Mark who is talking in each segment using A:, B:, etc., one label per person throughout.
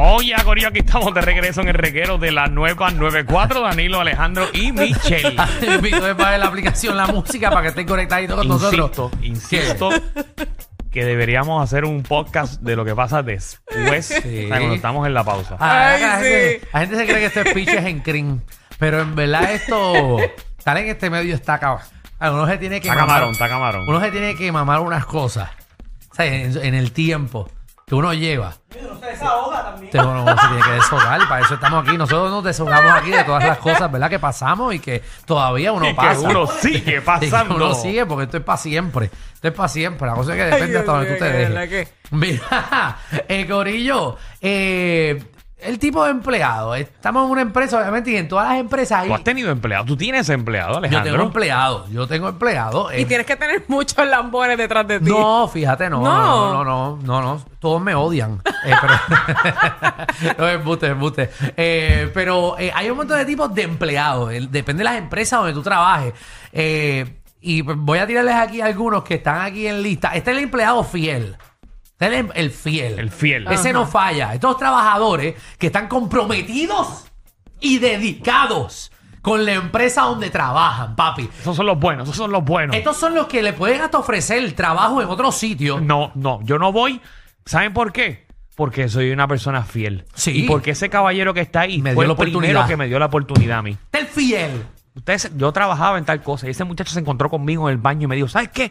A: Oye, Corillo, aquí estamos de regreso en el reguero de la nueva 94, Danilo, Alejandro y Michelle.
B: El video es para la aplicación, la música, para que estén conectaditos con
A: Insisto,
B: nosotros.
A: insisto que deberíamos hacer un podcast de lo que pasa después, o sea, cuando estamos en la pausa.
B: Ah,
C: Ay,
B: la, gente,
C: sí.
B: la gente se cree que esto es piches en crin, pero en verdad esto, estar en este medio está acabado. Uno se tiene que
A: Está
B: mamar-
A: camarón, está camarón.
B: Uno se tiene que mamar unas cosas, ¿sabes? En, en el tiempo que uno lleva. Te- Uno uno se tiene que deshogar, para eso estamos aquí. Nosotros nos deshogamos aquí de todas las cosas, ¿verdad? Que pasamos y que todavía uno
A: Y que
B: pasa.
A: uno sigue pasando.
B: uno sigue porque esto es para siempre. Esto es para siempre. La cosa es que depende
C: Dios
B: hasta donde tú
C: mío,
B: te
C: que de
B: dejes.
C: verdad que-
B: Mira, eh, Corillo, eh, el tipo de empleado. Estamos en una empresa, obviamente, y en todas las empresas hay.
A: ¿Tú has tenido empleado? ¿Tú tienes empleado,
B: Yo
A: Alejandro?
B: tengo empleado, yo tengo empleado.
C: Y
B: eh,
C: tienes que tener muchos lambones detrás de ti.
B: No, fíjate, no, no,
C: No.
B: no, no, no, no, todos me odian. Eh, pero... no, embuste, embuste. Eh, pero eh, hay un montón de tipos de empleados, eh, depende de las empresas donde tú trabajes. Eh, y pues, voy a tirarles aquí algunos que están aquí en lista. Este es el empleado fiel. Este es el, em- el fiel.
A: El fiel.
B: Ese no falla. Estos trabajadores que están comprometidos y dedicados con la empresa donde trabajan, papi.
A: Esos son los buenos, esos son los buenos.
B: Estos son los que le pueden hasta ofrecer trabajo en otro sitio.
A: No, no, yo no voy. ¿Saben por qué? Porque soy una persona fiel.
B: Sí.
A: Y porque ese caballero que está ahí
B: Me
A: fue
B: dio
A: el
B: la
A: primero
B: oportunidad.
A: que me dio la oportunidad a mí.
B: Está el fiel.
A: Ustedes, yo trabajaba en tal cosa y ese muchacho se encontró conmigo en el baño y me dijo, ¿sabes qué?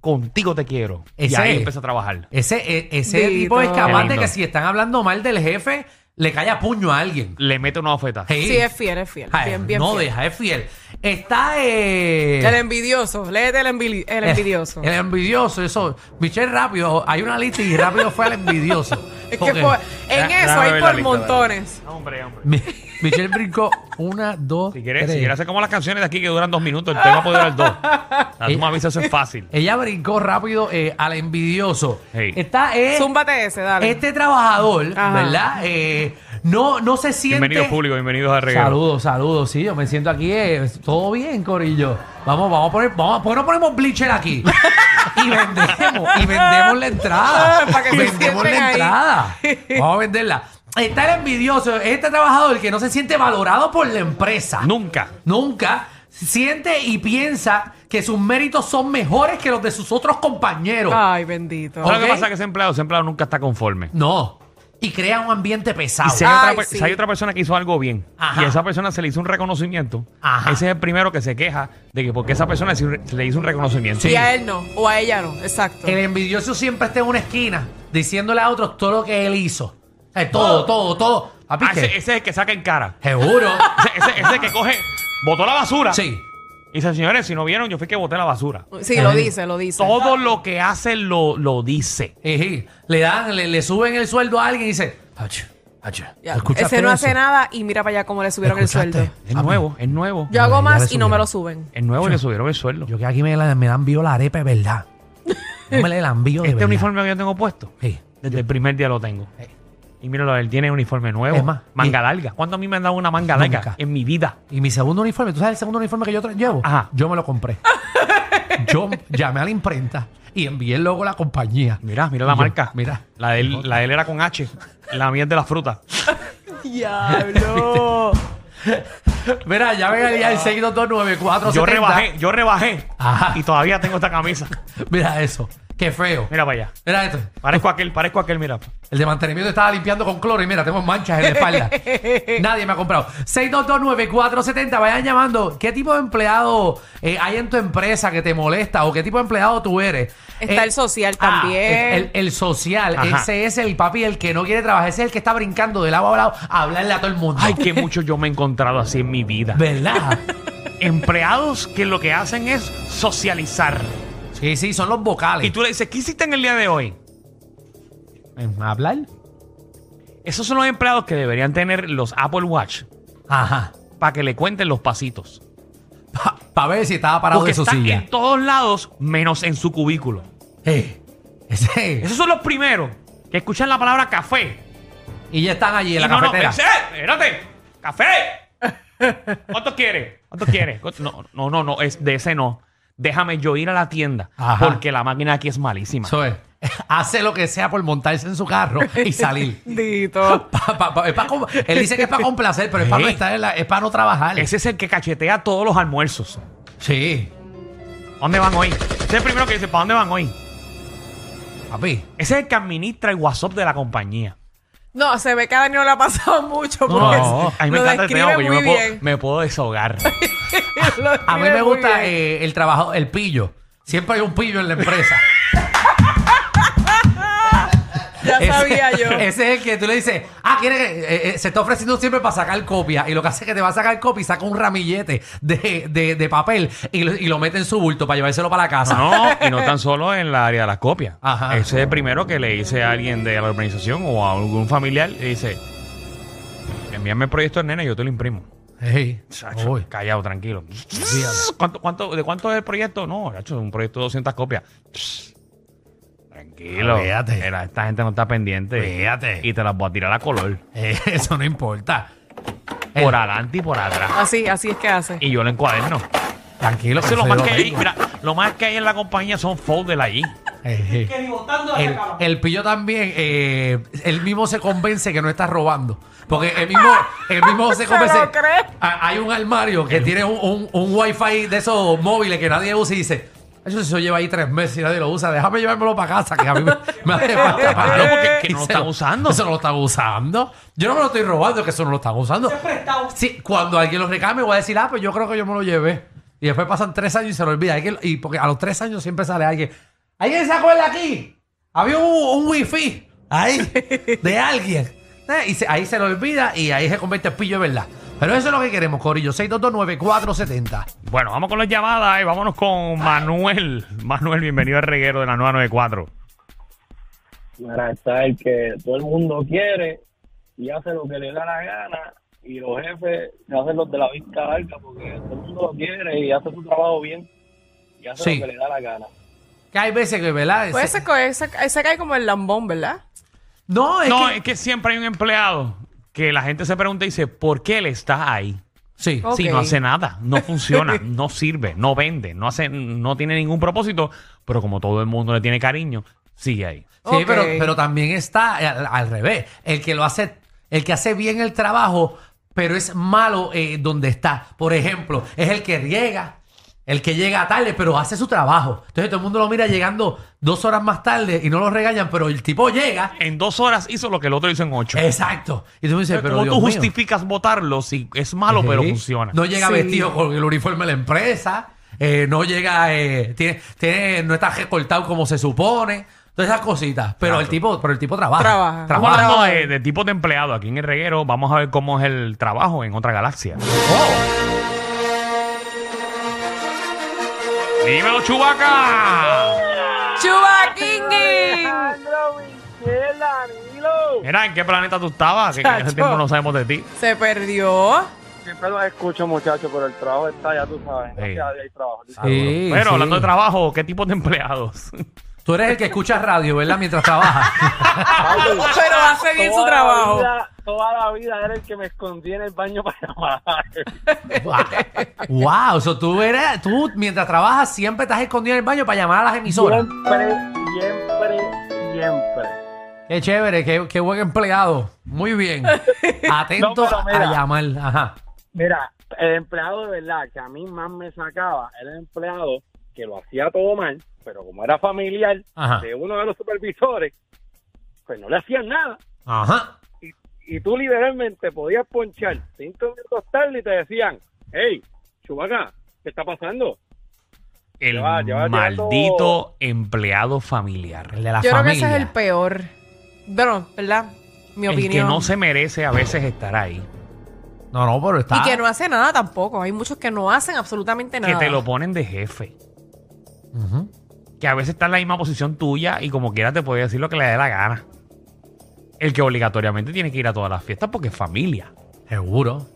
A: Contigo te quiero. Y
B: Ese
A: ahí
B: es.
A: empecé a trabajar.
B: Ese, e- ese
C: Dito.
B: tipo es capaz
A: Qué
B: de
A: lindo.
B: que si están hablando mal del jefe, le cae a puño a alguien.
A: Le meto una bofeta.
B: Hey.
C: Sí, es fiel, es fiel.
B: Ay,
C: bien, bien
B: no
C: fiel.
B: deja, es fiel. Está eh,
C: El envidioso, léete el, envili- el envidioso.
B: El envidioso, eso. Michelle rápido, hay una lista y rápido fue el envidioso.
C: es que
B: Porque
C: por- en
A: Ya,
C: eso
A: déjame
C: hay
A: ver la
C: por
A: lista,
C: montones.
A: dale. Hombre, hombre.
B: Mi- Michelle brincó una, dos,
A: Si quieres,
B: tres.
A: si quieres hacer como las canciones de aquí que duran dos minutos, el tema puede durar dos. O sea, tú me avisas, eso es fácil.
B: Ella brincó rápido eh, al envidioso.
A: Hey.
B: Está eh,
C: Zúmbate ese, dale.
B: este trabajador,
C: Ajá.
B: ¿verdad? Eh, no, no se siente.
A: Bienvenidos público, bienvenidos a Reguero.
B: Saludos, saludos. Sí, yo me siento aquí. eh, todo bien, Corillo. Vamos, vamos a poner. Vamos, a- ¿Por qué no ponemos bleacher aquí? y vendemos. Y vendemos la entrada.
C: Ah, para que se
B: vendemos
C: sienten
B: la
C: ahí.
B: entrada. Vamos a venderla. Está el envidioso, este trabajador que no se siente valorado por la empresa.
A: Nunca.
B: Nunca siente y piensa que sus méritos son mejores que los de sus otros compañeros.
C: Ay, bendito.
B: Oh,
A: ¿Sabes lo
B: Ok.
A: que pasa? Que ese empleado, ese empleado nunca está conforme.
B: No. Y crea un ambiente pesado.
A: Si hay, otra,
C: Ay,
A: per-
C: sí.
A: si hay otra persona que hizo algo bien
B: Ajá.
A: y a esa persona se le hizo un reconocimiento,
B: Ajá.
A: ese es el primero que se queja de que porque esa persona se se le hizo un reconocimiento.
C: Y a él no, o a ella no, exacto.
B: El envidioso siempre está en una esquina diciéndole a otros todo lo que él hizo. Eh, todo, todo, todo. Papi,
A: Ah, ese,
B: ¿qué?
A: ese es el que saca en cara.
B: Seguro.
A: Ese, ese- ese que coge, botó la basura.
B: sí.
A: Y dice, señores, si no vieron, yo fui que boté la basura.
C: Sí, lo dice, lo dice.
A: Todo lo que hace lo, lo dice.
B: Ejí. Le dan, le, le suben el sueldo a alguien y dice, "Ach, ach,
C: Ya,
B: ¿escuchaste
C: Ese no hace
B: eso?
C: nada y mira para allá cómo le subieron el
B: ¿Escuchaste?
C: sueldo.
A: Es nuevo, es nuevo.
C: Yo hago
B: ya
C: más
B: le
C: y no me
B: subieron.
C: lo suben.
A: Es nuevo y le subieron el sueldo.
B: Yo que aquí me, la- me dan vio la arepa, es verdad. No me le dan vio de
A: Este
B: verdad.
A: uniforme que yo tengo puesto,
B: Sí.
A: desde el primer día lo tengo.
B: Eh.
A: Y míralo, él tiene uniforme nuevo.
B: Es más,
A: manga
B: y-
A: larga. ¿Cuándo a mí me han dado una manga larga?
B: Nunca.
A: En mi vida.
B: Y mi segundo uniforme, ¿tú sabes el segundo uniforme que yo tra- llevo?
A: Ajá.
B: Yo me lo compré. yo llamé a la imprenta y envié el logo a la compañía.
A: Mira, mira la
B: Yo-
A: marca.
B: mira.
A: La de, él, la de él era con H. La mía es de la fruta.
C: Diablo.
B: Mira, ya ven ahí al 6229470.
A: Ah. Yo rebajé, yo rebajé.
B: Ajá.
A: Y todavía tengo esta camisa.
B: Mira eso. Qué feo.
A: Mira para allá.
B: Mira esto.
A: Parezco aquel, parezco aquel, mira.
B: El de mantenimiento estaba limpiando con cloro y mira, tengo manchas en la espalda. Nadie me ha comprado. 6229470, vayan llamando. ¿Qué tipo de empleado eh, hay en tu empresa que te molesta o qué tipo de empleado tú eres? Eh, ah,
C: Está el social también.
B: el, el- el social.
A: Ajá.
B: Ese es el papi, el que no quiere trabajar. Ese es el que está brincando de lado a lado a hablarle a todo el mundo.
A: Ay, qué mucho yo me he encontrado así en mi vida.
B: ¿Verdad?
A: Empleados que lo que hacen es socializar.
B: sí, sí, son los vocales.
A: Y tú le dices, ¿qué hiciste en el día de hoy?
B: Eh, ¿Hablar?
A: Esos son los empleados que deberían tener los Apple Watch
B: Ajá.
A: para que le cuenten los pasitos.
B: Para ver si estaba parado
A: Porque
B: de su
A: están
B: silla.
A: en todos lados menos en su cubículo.
B: Eh, ese-
A: Esos son los primeros que escuchan la palabra café.
B: Y ya están allí en la
A: Y no, no,
B: cafetera.
A: Mercedes, espérate, café. ¿Cuánto quieres? ¿Cuánto quieres? ¿Cuánto- No, no, no, no, es de ese no. Déjame yo ir a la tienda
B: Ajá.
A: porque la máquina aquí es malísima.
B: Eso es. Hace lo que sea por montarse en su carro y salir.
C: Dito.
B: Pa- pa- pa- es pa com- él dice que es para complacer, pero es para
A: Sí.
B: no estar en la- es para no trabajar.
A: Ese es el que cachetea todos los almuerzos.
B: Sí,
A: ¿A ¿Dónde van hoy? Ese es el primero que dice, ¿para dónde van hoy?
B: papi.
A: Ese es el que administra el WhatsApp de la compañía.
C: No, se ve que a Daniel no le ha pasado mucho.
B: No,
C: porque
B: no,
A: A mí me
C: lo
A: encanta el tema
C: describe
A: porque yo
C: muy
A: me puedo,
C: bien.
A: me puedo desahogar.
C: Lo
B: A mí
C: describe
B: me
C: muy
B: gusta
C: bien.
B: eh, el trabajo, el pillo. Siempre hay un pillo en la empresa.
C: Ya
B: Ese-
C: sabía yo.
B: Ese es el que tú le dices, ah, quiere que eh, eh, se está ofreciendo siempre para sacar copia. Y lo que hace es que te va a sacar copia y saca un ramillete de, de- de papel y lo, y lo mete en su bulto para llevárselo para la casa.
A: Ah, No, y no tan solo en la área de las copias.
B: Ajá.
A: Ese es el primero que le hice a alguien de la organización o a algún familiar y dice, envíame el proyecto nena y yo te lo imprimo.
B: Ey,
A: Chacho,
B: uy.
A: callado, tranquilo. ¿Cuánto, cuánto, ¿De cuánto es el proyecto? No, chacho, un proyecto de 200 copias. Tranquilo.
B: Fíjate.
A: Mira, esta gente no está pendiente.
B: Fíjate.
A: Y te las voy a tirar a color.
B: Eh, eso no importa. Eh,
A: Por adelante y por atrás.
C: Así, así es que hace.
A: Y yo lo encuaderno.
B: tranquilo. eh,
A: Eso es
B: que
A: lo
B: se
A: más
B: lo
A: que hay.
B: tengo.
A: Mira, lo más que hay en la compañía son folders allí.
B: Eh, eh. El, el pillo también, eh, él mismo se convence que no está robando. Porque él mismo, él mismo se
C: Se
B: convence.
C: lo cree.
B: Ha- Hay un armario que tiene un, un, un wifi de esos móviles que nadie usa y dice, eso se lleva ahí tres meses y nadie lo usa, déjame llevármelo para casa, que a mí me, me hace falta para
A: Claro, porque- que
B: Y
A: no lo
B: se
A: están usando.
B: Eso no lo están usando. Yo no me lo estoy robando, que eso no lo están usando. Sí, cuando alguien lo reclame, voy a decir, ah, pues yo creo que yo me lo llevé. Y después pasan tres años y se lo olvida. Hay que- y porque a los tres años siempre sale alguien. ¿Alguien se acuerda aquí? Había un, un wifi ahí de alguien. Eh, Y se- ahí se lo olvida y ahí se convierte en pillo, de ¿verdad? Pero eso es lo que queremos, Corillo. 6229470.
A: Bueno, vamos con las llamadas y vámonos con Manuel. Manuel, bienvenido al reguero de la 994.
D: para estar el que todo el mundo quiere y hace lo que le da la gana y los jefes se hacen los de la vista larga porque todo el mundo lo quiere y hace su trabajo bien y hace
B: Sí.
D: lo que le da la gana.
B: Que hay veces que, ¿verdad?
C: Pues
B: Ese-
C: ese, co- ese, ese cae como el lambón, ¿verdad?
B: no, es
A: No,
B: que...
A: es que siempre hay un empleado que la gente se pregunta y dice, ¿por qué él está ahí?
B: Sí.
C: Ok.
A: Si no hace nada, no funciona, no sirve, no vende, no hace, no tiene ningún propósito, pero como todo el mundo le tiene cariño, sigue ahí.
B: Sí,
C: Ok.
B: pero, pero también está al, al revés. El que lo hace, el que hace bien el trabajo, pero es malo eh, donde está. Por ejemplo, es el que riega, el que llega tarde, pero hace su trabajo. Entonces todo el mundo lo mira llegando dos horas más tarde y no lo regañan, pero el tipo llega.
A: En dos horas hizo lo que el otro hizo en ocho.
B: Exacto. Y tú me dices, Eh, pero
A: ¿Cómo
B: Dios
A: tú
B: mío.
A: justificas votarlo si es malo, pero
B: Sí.
A: funciona?
B: No llega
C: Sí.
B: vestido con el uniforme de la empresa. eh, no llega, eh, tiene, tiene, no está recortado como se supone. Todas esas cositas. Pero el tipo, pero el tipo trabaja.
C: Trabaja.
A: Estamos hablando de, de tipos de empleado aquí en el reguero. Vamos a ver cómo es el trabajo en otra galaxia. ¡Dímelo, Chubaca!
C: ¡Chubaquingui!
A: Mira, ¿en qué planeta tú estabas? Que que hace
C: Chacho.
A: tiempo no sabemos de ti.
C: Se perdió.
D: Siempre los escucho muchachos, pero el trabajo está ya tú sabes,
A: Sí.
D: gracias a Dios hay trabajo.
C: Ah,
B: Sí,
A: Pero
B: sí.
A: hablando de trabajo, ¿qué tipo de empleados?
B: Tú eres el que escucha radio, ¿verdad? Mientras trabajas.
C: ah, Pero hace bien su
D: Toda la
C: trabajo.
D: vida- toda la vida era el que me escondía en el baño para llamar.
B: wow, o sea, tú eres, tú mientras trabajas siempre estás escondido en el baño para llamar a las emisoras.
D: Siempre, siempre, siempre.
B: Qué chévere, qué, qué buen empleado. Muy bien. Atento
D: No, pero
B: a-
D: mira.
B: a llamar. Ajá.
D: Mira, el empleado de verdad que a mí más me sacaba era el empleado que lo hacía todo mal, pero como era familiar
B: Ajá.
D: de uno de los supervisores, pues no le hacían nada.
B: Ajá.
D: Y tú liberalmente podías ponchar cinco minutos tarde y te decían, hey, chubaca, ¿qué está pasando?
A: El
D: Lleva- lleva- lleva
A: maldito
D: todo-
A: empleado familiar.
B: El de la
C: Yo creo que
B: familia.
C: ese es el peor. Bueno, ¿verdad? Mi
A: El
C: opinión.
A: que no se merece a veces estar ahí.
B: No, no, pero está.
C: Y que no hace nada tampoco. Hay muchos que no hacen absolutamente
A: Que
C: nada.
A: te lo ponen de jefe.
B: Ujú.
A: Que a veces está en la misma posición tuya y como quiera te puede decir lo que le dé la gana. El que obligatoriamente tiene que ir a todas las fiestas porque es familia.
B: Seguro.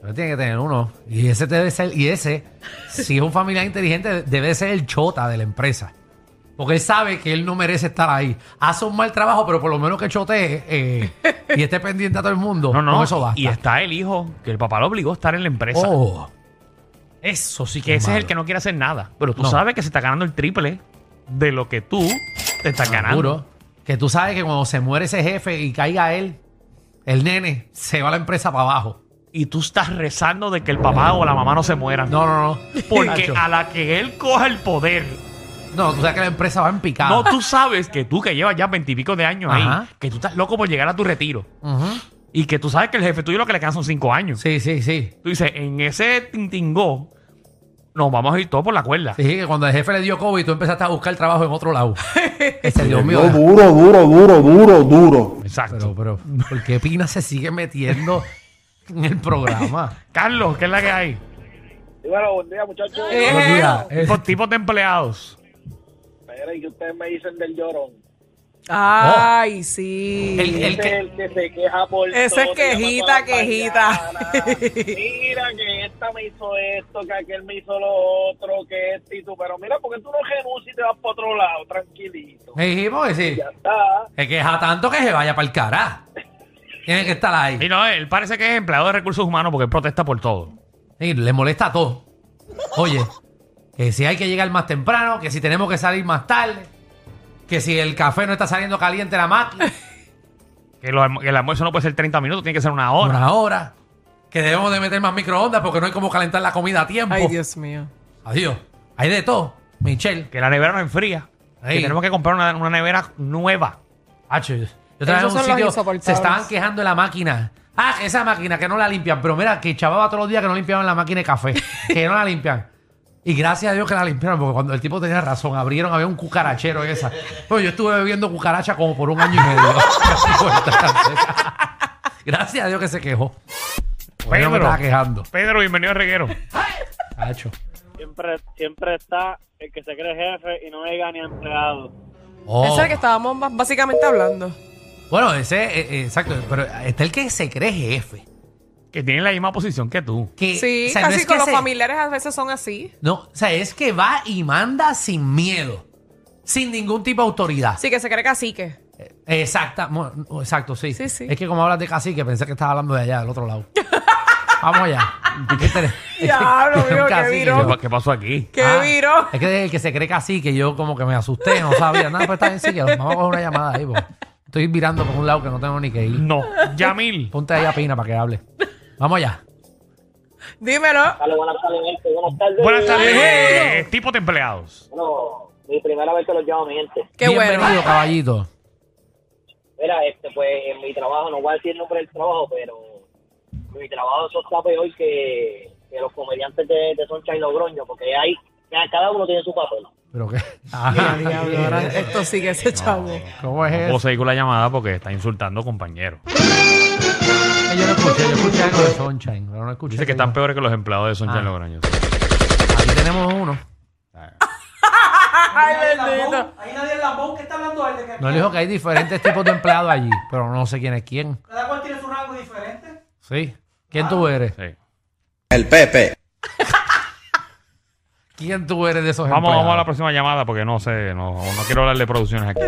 B: Pero tiene que tener uno. Y ese debe ser, y ese, si es un familiar inteligente, debe ser el chota de la empresa. Porque él sabe que él no merece estar ahí. Hace un mal trabajo, pero por lo menos que chotee eh, y esté pendiente a todo el mundo. No, eso basta.
A: Y está el hijo, que el papá lo obligó a estar en la empresa.
B: Oh, eso sí
A: que ese es
B: malo.
A: el que no quiere hacer nada. Pero tú
B: No.
A: sabes que se está ganando el triple de lo que tú te estás ganando.
B: Seguro. Que tú sabes que cuando se muere ese jefe y caiga él, el nene, se va la empresa para abajo.
A: Y tú estás rezando de que el papá o la mamá no se mueran.
B: No, no, no.
A: Porque
B: Nacho,
A: a la que él coja el poder,
B: No, tú sabes que la empresa va en picada.
A: no tú sabes que tú que llevas ya veintipico de años ahí,
B: Ajá.
A: que tú estás loco por llegar a tu retiro.
B: Ujú.
A: Y que tú sabes que el jefe tuyo lo que le quedan son cinco años.
B: Sí, sí, sí.
A: Tú dices, en ese tintingó, nos vamos a ir todos por la cuerda.
B: Sí, que cuando el jefe le dio COVID, tú empezaste a buscar trabajo en otro lado. Ese Dios mío. deja-
E: duro, duro, duro, duro, duro.
A: Exacto.
B: Pero, pero, ¿por qué Pina se sigue metiendo en el programa?
A: Carlos, ¿qué es la que hay?
D: Y bueno, buen día, muchachos.
C: Eh.
B: Buenos días. Eh,
A: Tipos, tipos de empleados.
D: Espera, y que ustedes me dicen del llorón.
C: Ay, sí.
B: El- el-
D: Ese
B: que-
D: es el que se queja por
C: Ese
D: todo,
C: es
D: te llama
C: quejita,
D: todas las
C: quejita.
D: mañanas. Mira que esta me hizo esto, que aquel me hizo lo otro, que este y tú. Pero mira, ¿por qué tú no renuncias y te vas para otro lado, tranquilito?
B: me dijimos que sí.
D: Ya está.
B: Se queja tanto que se vaya para el cará. Tiene que estar ahí.
A: Y no, él parece que es empleado de recursos humanos porque él protesta por todo.
B: Sí, le molesta a todo. Oye, que si hay que llegar más temprano, que si tenemos que salir más tarde, que si el café no está saliendo caliente la máquina,
A: Que lo alm- que el almuerzo no puede ser 30 minutos, tiene que ser una hora.
B: una hora, que debemos de meter más microondas porque no hay como calentar la comida a tiempo.
C: Ay, Dios mío.
B: Adiós. Hay de todo, Michelle.
A: Que la nevera no enfría.
B: Ey.
A: Que tenemos que comprar una, una nevera nueva.
B: Hacho, yo trabajé
C: Esos
B: en un
C: son los
B: sitio,
C: insoportables.
B: se estaban quejando de la máquina. Ah, esa máquina que no la limpian. Pero mira, que chavaba todos los días que no limpiaban la máquina de café. que no la limpian. Y gracias a Dios que la limpiaron, porque cuando el tipo tenía razón, abrieron, había un cucarachero en esa. Bueno, yo estuve bebiendo cucaracha como por un año y medio. gracias a Dios que se quejó. Porque yo me
A: Pedro.
B: estaba quejando.
A: Pedro, bienvenido a Reguero.
B: Hacho.
D: Siempre, siempre está el que se cree jefe y no llega ni a empleado.
B: Oh.
C: Ese es el que estábamos ba- básicamente hablando.
B: Bueno, ese, eh, eh, exacto. Pero está el que se cree jefe.
A: Que tiene la misma posición que tú.
B: Que, Eh,
C: Sí,
B: o sea, no
C: casi
B: es
C: con
B: que
C: los
B: se-
C: familiares a veces son así.
B: No, o sea, es que va y manda sin miedo. Sin ningún tipo de autoridad.
C: Sí, que se cree cacique.
B: Exacta, mo- exacto, sí.
C: Sí, sí.
B: Es que como hablas de cacique, pensé que estabas hablando de allá, del otro lado. Vamos allá. ¿Qué tenés?
C: Diablo,
B: Un
C: mío, qué
B: cacique,
C: virón.
A: ¿Qué,
B: yo-
A: pa- qué pasó aquí?
C: ¡Qué
B: Ah,
C: viro!
B: Es que el que se cree cacique, yo como que me asusté, no sabía nada, pero está bien, sí, que vamos a coger una llamada ahí, porque Estoy mirando por un lado que no tengo ni que ir.
A: No. Yamil.
B: Ponte ahí a Pina para que hable. Vamos allá.
C: Dímelo.
D: Dale, buenas tardes, gente. Buenas tardes.
A: Buenas tardes. Eh, Tipos de empleados.
D: Bueno, mi primera vez que los llamo, mi gente.
C: Qué
B: Bienvenido,
C: bueno.
B: caballito.
D: Mira, este, pues en mi trabajo, no voy a decir el nombre del trabajo, pero mi trabajo eso está peor que, que los comediantes de, de Soncha y Logroño, porque ahí ya cada uno tiene su papel.
B: Pero qué.
C: Mira, diablo, ahora esto sí que ese chavo.
B: ¿Cómo es eso?
A: O seguir con la llamada porque está insultando compañero.
B: Que Yo no escuché, yo escuché algo de Sunshine, pero no escuché.
A: Dice que están peores que los empleados de Soncha
B: Ah.
A: Logroño.
B: Aquí tenemos uno. Ah.
C: Ay, bendito.
F: Ahí nadie en la voz que está hablando él. De que
B: Nos dijo que hay diferentes tipos de empleados allí, pero no sé quién es quién.
F: Cada cual tiene su rango diferente.
B: Sí. ¿Quién tú eres?
A: Sí.
E: El Pepe.
B: ¿Quién tú eres de esos
A: Vamos,
B: empleados?
A: vamos a la próxima llamada porque no sé, no, no quiero hablar de producciones aquí.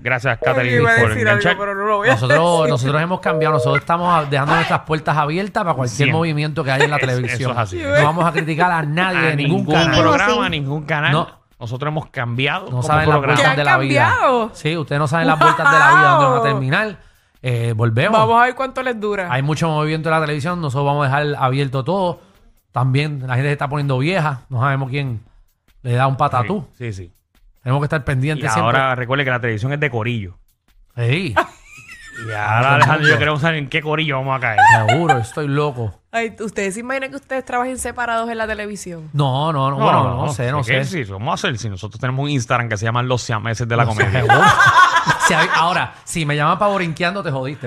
A: Gracias, Catherine,
C: Iba a
A: por
C: decir algo,
A: enganchar.
C: pero no lo voy a
B: Nosotros, nosotros hemos cambiado, nosotros estamos a- dejando nuestras puertas abiertas para cualquier
A: Siempre.
B: movimiento que haya en la
A: Es- eso
B: televisión.
A: es así.
B: No vamos a criticar a nadie
A: a
B: de ningún,
A: ningún
B: canal.
A: programa, a ningún canal.
B: No.
A: Nosotros hemos cambiado
B: No
A: como
B: saben las
A: programa.
C: ¿Qué
B: vueltas
C: han
B: de la vida.
C: cambiado?
B: Sí, ustedes no saben las vueltas de la vida dónde van a terminar. Eh, volvemos.
C: Vamos a ver cuánto les dura.
B: Hay mucho movimiento en la televisión, nosotros vamos a dejar abierto todo. También la gente se está poniendo vieja, no sabemos quién le da un
A: Sí,
B: patatú.
A: Sí, sí.
B: Tenemos que estar
A: Y
B: pendientes siempre.
A: ahora recuerde que la televisión es de corillo.
B: Sí,
A: Y ahora Alejandro y yo queremos saber en qué corillo vamos a caer.
B: seguro, estoy loco.
C: Ay, ¿Ustedes se imaginan que ustedes trabajen separados en la televisión?
B: No, no, no, bueno, no, sé, no
A: ¿Qué
B: sé.
A: sí, vamos a hacer si nosotros tenemos un Instagram que se llama Los Siameses de la Comedia.
B: Seguro. Si hay- ahora, si me llaman para borinqueando, te jodiste.